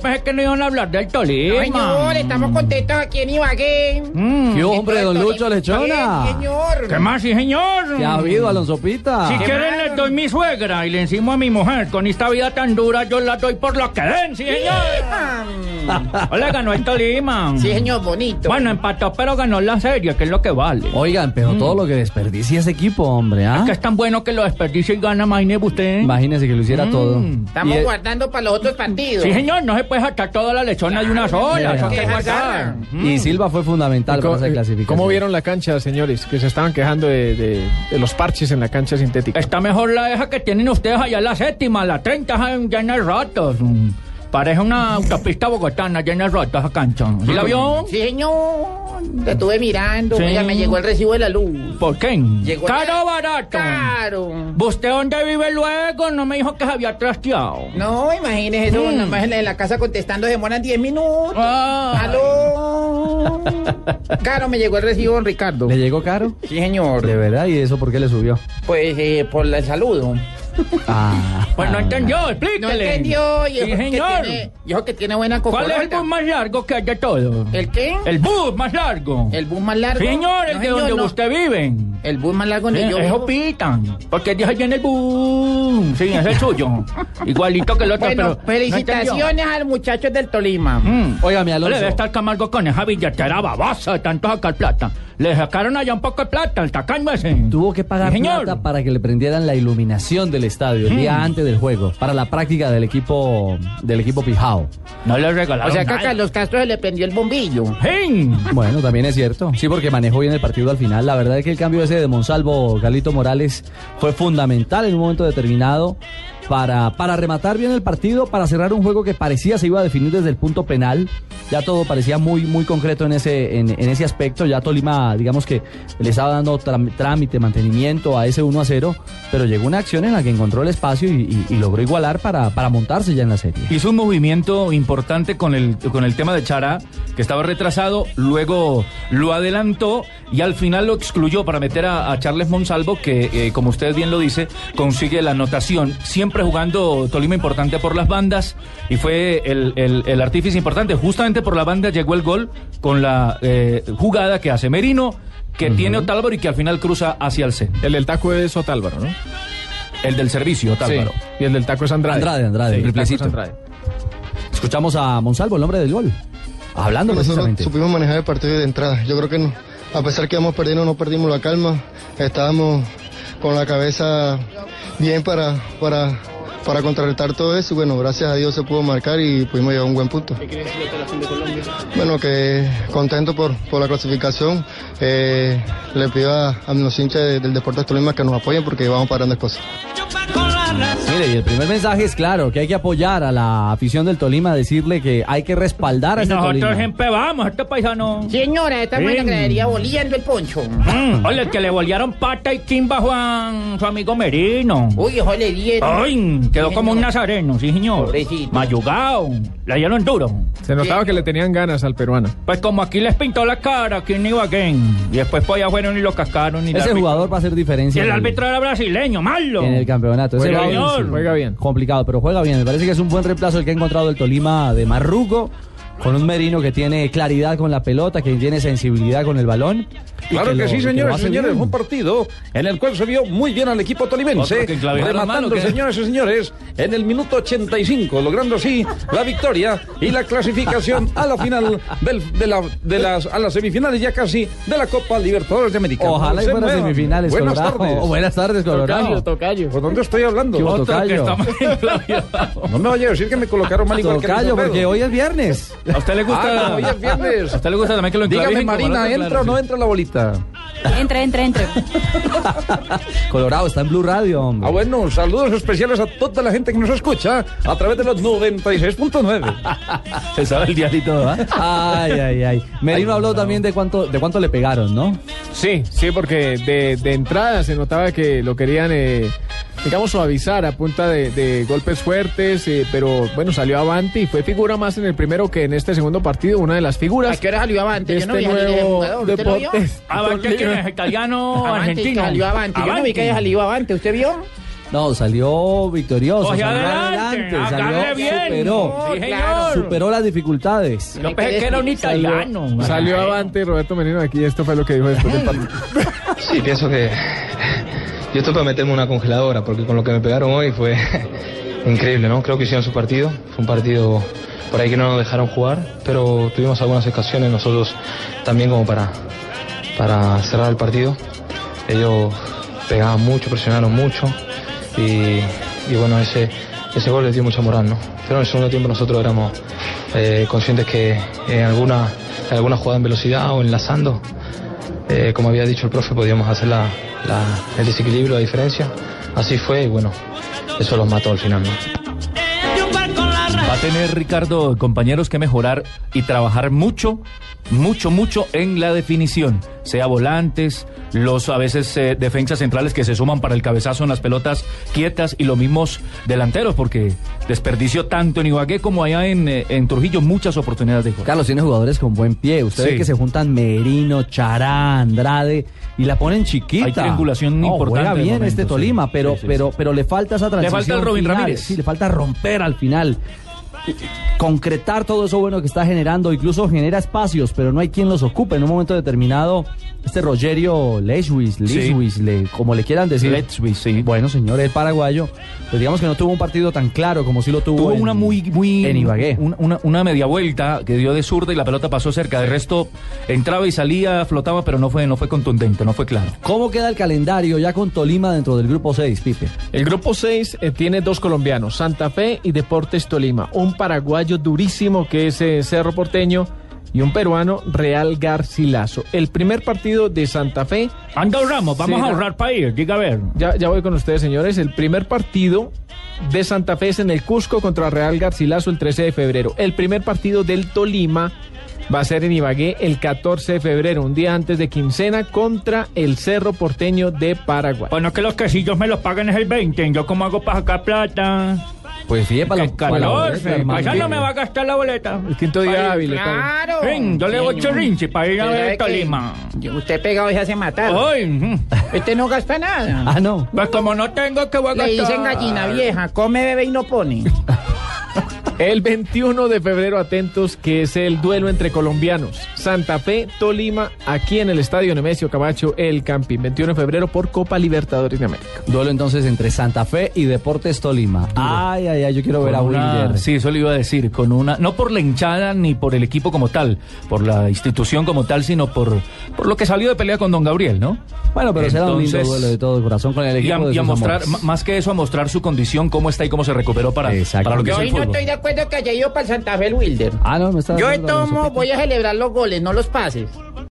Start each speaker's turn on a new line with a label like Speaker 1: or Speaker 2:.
Speaker 1: pensé que no iban a hablar del
Speaker 2: Ay,
Speaker 1: Tolima.
Speaker 2: no, le estamos contentos aquí en Ibagué.
Speaker 1: Mm.
Speaker 3: ¿Qué hombre, don Lucho
Speaker 2: Bien,
Speaker 3: Lechona?
Speaker 2: señor.
Speaker 1: ¿Qué más, sí, señor?
Speaker 3: ¿Qué ha habido, Alonso Pita?
Speaker 1: Si quieren
Speaker 2: mal.
Speaker 1: les doy mi suegra y le encimo a mi mujer. Con esta vida tan dura yo la doy por lo que den, sí señor.
Speaker 2: Ah,
Speaker 1: Hola, ganó el Tolima.
Speaker 2: Sí, señor, bonito.
Speaker 1: Bueno, empató, pero ganó la serie, que es lo que vale.
Speaker 3: Oigan, pero todo lo que desperdicia ese equipo, hombre, ¿ah?
Speaker 1: Que es tan bueno que lo desperdicia y gana, imagínese usted.
Speaker 3: Imagínese que lo hiciera todo.
Speaker 2: estamos
Speaker 3: Y, eh,
Speaker 2: guardando para los otros partidos.
Speaker 1: Sí, señor, no se puede sacar toda la lechona de una sola.
Speaker 3: Claro.
Speaker 1: Eso hay
Speaker 2: Que
Speaker 1: que guardar.
Speaker 2: sacaran.
Speaker 3: y Silva fue fundamental para
Speaker 4: ¿Cómo, eh,
Speaker 3: esa clasificación.
Speaker 4: cómo vieron la cancha, señores? Que se estaban quejando de, de- de los parches en la cancha sintética.
Speaker 2: Eh.
Speaker 1: Está mejor la esa que tienen ustedes allá, la séptima, la 30, esa en- llena de ratos. Mm. Parece una autopista bogotana llena de ratos esa cancha. ¿Sí la vio?
Speaker 2: Sí, señor. Te estuve mirando.
Speaker 1: Sí.
Speaker 2: Oiga, me llegó el recibo de la luz.
Speaker 1: ¿Por qué?
Speaker 2: Llegó
Speaker 1: Caro
Speaker 2: la- ¡Ah!
Speaker 1: o barato.
Speaker 2: Claro.
Speaker 1: ¿Usted dónde vive luego? No me dijo que se había trasteado.
Speaker 2: No, imagínese eso. Nomás en la- en la casa contestando demoran 10 minutos.
Speaker 1: Mm. Ah.
Speaker 2: Aló. Claro, me llegó el recibo, don Ricardo.
Speaker 3: ¿Le llegó caro?
Speaker 2: Sí, señor.
Speaker 3: De verdad, ¿y eso por qué le subió?
Speaker 2: Pues eh, por el saludo.
Speaker 3: Ah.
Speaker 1: Pues no entendió, explíquele.
Speaker 2: No entendió. Y
Speaker 1: Sí,
Speaker 2: ojo que
Speaker 1: señor.
Speaker 2: tiene- y ojo que tiene buena cocorota.
Speaker 1: ¿Cuál es el bus más largo que hay de todo?
Speaker 2: ¿El qué?
Speaker 1: El bus más largo.
Speaker 2: El bus más largo.
Speaker 1: Señor, el
Speaker 2: No,
Speaker 1: de donde
Speaker 2: no.
Speaker 1: usted vive.
Speaker 2: El bus más largo donde
Speaker 1: Eh,
Speaker 2: yo
Speaker 1: Eso
Speaker 2: vivo.
Speaker 1: pitan. Porque dice ahí viene el bus. Sí, es el suyo. Igualito que el otro,
Speaker 2: Bueno,
Speaker 1: pero. no entendió.
Speaker 2: felicitaciones al muchacho del Tolima.
Speaker 1: Mm.
Speaker 3: Oiga, mi Alonso.
Speaker 1: Le debe estar Camargo con esa billetera babosa de tanto sacar plata. Le sacaron allá un poco de plata, el tacaño ese.
Speaker 3: Tuvo que pagar
Speaker 1: Sí, señor.
Speaker 3: plata para que le prendieran la iluminación del estadio el día antes del juego, para la práctica del equipo del equipo Pijao.
Speaker 1: No le regalaron.
Speaker 2: O sea que a
Speaker 1: nada.
Speaker 2: Carlos Castro se le prendió el bombillo.
Speaker 1: ¡Hey!
Speaker 3: Bueno, también es cierto. Sí, porque manejó bien el partido al final. La verdad es que el cambio ese de Monsalvo, Galito Morales, fue fundamental en un momento determinado para, para rematar bien el partido, para cerrar un juego que parecía se iba a definir desde el punto penal. Ya todo parecía muy, muy concreto en ese, en, en ese aspecto. Ya Tolima, digamos que le estaba dando tram- trámite, mantenimiento a ese 1 a 0, pero llegó una acción en la que encontró el espacio y, y- y logró igualar para, para montarse ya en la serie.
Speaker 5: Hizo un movimiento importante con el, con el tema de Chará, que estaba retrasado, luego lo adelantó y al final lo excluyó para meter a, a Charles Monsalvo, que eh, como usted bien lo dice, consigue la anotación, siempre jugando Tolima importante por las bandas y fue el, el- el artífice importante. Justamente por la banda llegó el gol con la eh, jugada que hace Merino, que tiene Otálvaro y que al final cruza hacia el centro.
Speaker 4: El del taco es Otálvaro, ¿no?
Speaker 5: El del servicio, Otálvaro.
Speaker 4: Sí. Y el del taco es Andrade.
Speaker 3: Andrade, Andrade.
Speaker 4: El del taco es
Speaker 5: Triplecito.
Speaker 4: Andrade.
Speaker 3: Escuchamos a Monsalvo, el hombre del gol, hablando
Speaker 6: Nosotros
Speaker 3: precisamente.
Speaker 6: supimos manejar el partido de entrada. Yo creo que no. a pesar que íbamos perdiendo, no perdimos la calma. Estábamos con la cabeza bien para, para, para contrarrestar todo eso. Y Bueno, gracias a Dios se pudo marcar y pudimos llegar a un buen punto. Bueno, que contento por, por la clasificación. Eh, le pido a, a los hinchas de- del Deportes Tolima que nos apoyen porque vamos para grandes cosas.
Speaker 3: Mire, y el primer mensaje es claro, que hay que apoyar a la afición del Tolima, decirle que hay que respaldar
Speaker 1: Y
Speaker 3: a este
Speaker 1: Pues nosotros
Speaker 3: Tolima.
Speaker 1: siempre vamos, este paisano.
Speaker 2: Señora, esta buena
Speaker 1: Mm.
Speaker 2: gradería boleando el poncho.
Speaker 1: Mm, Ole, que le volvieron pata y chimba a Juan, su amigo Merino.
Speaker 2: Uy, ojo, le dieron.
Speaker 1: Ay, quedó
Speaker 2: Sí,
Speaker 1: como un
Speaker 2: señor.
Speaker 1: nazareno, sí, señor.
Speaker 2: Pobrecito.
Speaker 1: Mayugao, le dieron duro.
Speaker 4: Se notaba que le tenían ganas al peruano.
Speaker 1: Pues como aquí les pintó la cara, aquí en Ibagué. Y después pues allá fueron y lo cascaron. Y el
Speaker 3: Ese
Speaker 1: árbitro-
Speaker 3: jugador va a hacer
Speaker 1: Y
Speaker 3: diferencia
Speaker 1: el
Speaker 3: en el-
Speaker 1: árbitro era brasileño, malo.
Speaker 3: en el campeonato. Ese
Speaker 4: Juega
Speaker 3: va
Speaker 4: bien,
Speaker 3: buenísimo.
Speaker 4: juega bien.
Speaker 3: Complicado, pero juega bien. Me parece que es un buen reemplazo el que ha encontrado el Tolima de Marrugo, con un Merino que tiene claridad con la pelota, que tiene sensibilidad con el balón. y
Speaker 7: Claro que,
Speaker 3: lo-
Speaker 7: sí,
Speaker 3: lo
Speaker 7: señores
Speaker 3: hace
Speaker 7: señores.
Speaker 3: bien.
Speaker 7: Un partido en el cual se vio muy bien al equipo
Speaker 5: Otro
Speaker 7: tolimense.
Speaker 5: que clavearon mano,
Speaker 7: Rematando,
Speaker 5: ¿qué?
Speaker 7: señores y señores, en el minuto 85, logrando así la victoria y la clasificación a la final del- de, la- de las, a las semifinales ya casi de la Copa Libertadores de América.
Speaker 3: Ojalá y
Speaker 7: Se
Speaker 3: fuera
Speaker 7: muevan.
Speaker 3: semifinales,
Speaker 7: Buenas
Speaker 3: Colorado.
Speaker 7: tardes.
Speaker 3: Oh, buenas tardes, Colorado.
Speaker 2: tocayo.
Speaker 7: ¿Por dónde estoy
Speaker 3: ¿Qué hubo,
Speaker 7: hablando?
Speaker 1: Otro que
Speaker 3: Tocayo.
Speaker 1: está mal claviado.
Speaker 7: No me vaya a decir que me colocaron mal igual que a
Speaker 3: Tocayo,
Speaker 7: Luis
Speaker 3: porque
Speaker 7: Alfredo.
Speaker 3: hoy es viernes.
Speaker 5: ¿A usted le gusta?
Speaker 7: Ah, hoy es viernes.
Speaker 5: ¿A usted le gusta también que lo
Speaker 7: Dígame,
Speaker 5: enclavijen como no
Speaker 7: Marina,
Speaker 5: te
Speaker 7: ¿entra o no
Speaker 5: aclaran?
Speaker 7: entra la bolita?
Speaker 8: Entre, entre, entre.
Speaker 3: Colorado está en Blue Radio, hombre.
Speaker 7: Ah, bueno, saludos especiales a toda la gente que nos escucha a través de los 96.9.
Speaker 5: Se sabe el diario y todo, ¿ah?
Speaker 3: Ay, ay, ay. Merino habló también de cuánto, de cuánto le pegaron, ¿no?
Speaker 4: Sí, sí, porque de, de entrada se notaba que lo querían, eh, digamos, suavizar a punta de, de golpes fuertes, eh, pero bueno, salió avante y fue figura más en el primero que en este segundo partido, una de las
Speaker 2: ¿A
Speaker 4: figuras
Speaker 2: qué hora salió avante?
Speaker 4: de
Speaker 2: yo no
Speaker 4: este
Speaker 2: vi salir el
Speaker 4: nuevo
Speaker 2: jugador. ¿Usted lo vio? Ah,
Speaker 4: deporte.
Speaker 1: Avante, ¿quién es? ¿Italiano
Speaker 2: Avante,
Speaker 1: argentino?
Speaker 2: salió avante. Yo no vi que haya salido avante. ¿Usted vio?
Speaker 3: No, salió victorioso.
Speaker 1: Coge
Speaker 3: salió
Speaker 1: adelante, hágale bien.
Speaker 3: Superó,
Speaker 1: Sí,
Speaker 2: claro.
Speaker 1: señor.
Speaker 3: superó las dificultades.
Speaker 1: Yo pensé que era un italiano.
Speaker 4: Salió avante Roberto Menino aquí, esto fue lo que dijo después del partido.
Speaker 6: Sí, pienso que yo estoy para meterme en una congeladora, porque con lo que me pegaron hoy fue increíble, ¿no? Creo que hicieron su partido, fue un partido por ahí que no nos dejaron jugar, pero tuvimos algunas ocasiones nosotros también como para, para cerrar el partido. Ellos pegaban mucho, presionaron mucho y, y bueno, ese, ese gol les dio mucha moral, ¿no? Pero en el segundo tiempo nosotros éramos eh, conscientes que en alguna, en alguna jugada en velocidad o enlazando eh, como había dicho el profe, podíamos hacer la- la- el desequilibrio, la diferencia. Así fue y bueno, eso los mató al final. ¿no?
Speaker 5: Va a tener, Ricardo, compañeros, que mejorar y trabajar mucho, mucho, mucho en la definición. Sea volantes, los a veces eh, defensas centrales que se suman para el cabezazo en las pelotas quietas y los mismos delanteros, porque desperdició tanto en Ibagué como allá en, eh, en Trujillo muchas oportunidades de gol.
Speaker 3: Pues Carlos tiene jugadores con buen pie. Usted ve
Speaker 5: Sí.
Speaker 3: que se juntan Merino, Chará, Andrade y la ponen chiquita.
Speaker 5: Hay triangulación
Speaker 3: No,
Speaker 5: importante
Speaker 3: Juega
Speaker 5: de
Speaker 3: bien
Speaker 5: momento,
Speaker 3: este
Speaker 5: sí.
Speaker 3: Tolima, pero,
Speaker 5: Sí, sí,
Speaker 3: pero,
Speaker 5: sí.
Speaker 3: pero le falta esa transición.
Speaker 5: falta el Robin
Speaker 3: final.
Speaker 5: Ramírez.
Speaker 3: Sí, le falta romper al final. Y- y Concretar todo eso bueno que está generando, incluso genera espacios, pero no hay quien los ocupe. En un momento determinado, este Rogerio Lechwis, Lechwis, le- como le quieran decir.
Speaker 5: Lechwis, sí.
Speaker 3: Bueno, señor, el paraguayo, pues digamos que no tuvo un partido tan claro como sí lo tuvo.
Speaker 5: Tuvo
Speaker 3: en-
Speaker 5: una muy, muy.
Speaker 3: en Ibagué.
Speaker 5: Una, una- una media vuelta que dio de zurda y la pelota pasó cerca. De resto, entraba y salía, flotaba, pero no fue, no fue contundente, no fue claro.
Speaker 3: ¿Cómo queda el calendario ya con Tolima dentro del grupo 6, Pipe?
Speaker 4: El grupo 6 tiene dos colombianos, Santa Fe y Deportes Tolima. Un paraguayo durísimo que es eh, Cerro Porteño y un peruano, Real Garcilaso. El primer partido de Santa Fe
Speaker 1: Anda, ahorramos, vamos
Speaker 4: Sí,
Speaker 1: a
Speaker 4: no.
Speaker 1: ahorrar para ir, diga a ver.
Speaker 4: Ya, ya voy con ustedes, señores. El primer partido de Santa Fe es en el Cusco contra Real Garcilaso el 13 de febrero. El primer partido del Tolima va a ser en Ibagué el 14 de febrero, un día antes de quincena, contra el Cerro Porteño de Paraguay.
Speaker 1: Bueno, que los quesillos me los pagan es el 20. ¿Yo cómo hago para sacar plata?
Speaker 3: Pues sí, para
Speaker 1: El 14. Esa pues, no me va a gastar la boleta.
Speaker 4: El quinto día
Speaker 1: Para ir.
Speaker 4: hábil. Octavio.
Speaker 2: Claro.
Speaker 1: Ven, yo le doy
Speaker 2: Señor.
Speaker 1: ocho rinches para ir a
Speaker 2: Pero
Speaker 1: ver
Speaker 2: es que
Speaker 1: Tolima.
Speaker 2: Usted pegado y se hace matar.
Speaker 1: Ay, mm.
Speaker 2: Este no gasta nada.
Speaker 3: Ah, no.
Speaker 1: pues como no tengo que voy a
Speaker 2: Le
Speaker 1: gastar.
Speaker 2: dicen gallina vieja, come bebé y no pone.
Speaker 4: El 21 de febrero, atentos, que es el duelo entre colombianos. Santa Fe, Tolima, aquí en el Estadio Nemesio Camacho, el Campín. 21 de febrero por Copa Libertadores de América.
Speaker 3: Duelo entonces entre Santa Fe y Deportes Tolima. Ay, ay, ay, yo quiero ver a
Speaker 5: Con una-
Speaker 3: Wilder.
Speaker 5: Sí, eso le iba a decir, con una, no por la hinchada ni por el equipo como tal, por la institución como tal, sino por, por lo que salió de pelea con Don Gabriel, ¿no?
Speaker 3: Bueno, pero será un lindo
Speaker 5: Entonces-
Speaker 3: duelo de todo corazón con el
Speaker 5: Y
Speaker 3: equipo
Speaker 5: a,
Speaker 3: de
Speaker 5: y a
Speaker 3: sus
Speaker 5: mostrar,
Speaker 3: amores.
Speaker 5: ma- más que eso, a mostrar su condición, cómo está y cómo se recuperó para,
Speaker 3: Exacto.
Speaker 5: para lo que
Speaker 2: Yo
Speaker 5: es el
Speaker 2: hoy no
Speaker 5: fútbol.
Speaker 2: estoy de acuerdo que haya ido para el Santa Fe el Wilder.
Speaker 3: Ah, no, me está
Speaker 2: Yo de
Speaker 3: dando
Speaker 2: todos
Speaker 3: eso,
Speaker 2: modos
Speaker 3: Pipe.
Speaker 2: voy a celebrar los goles, no los pases.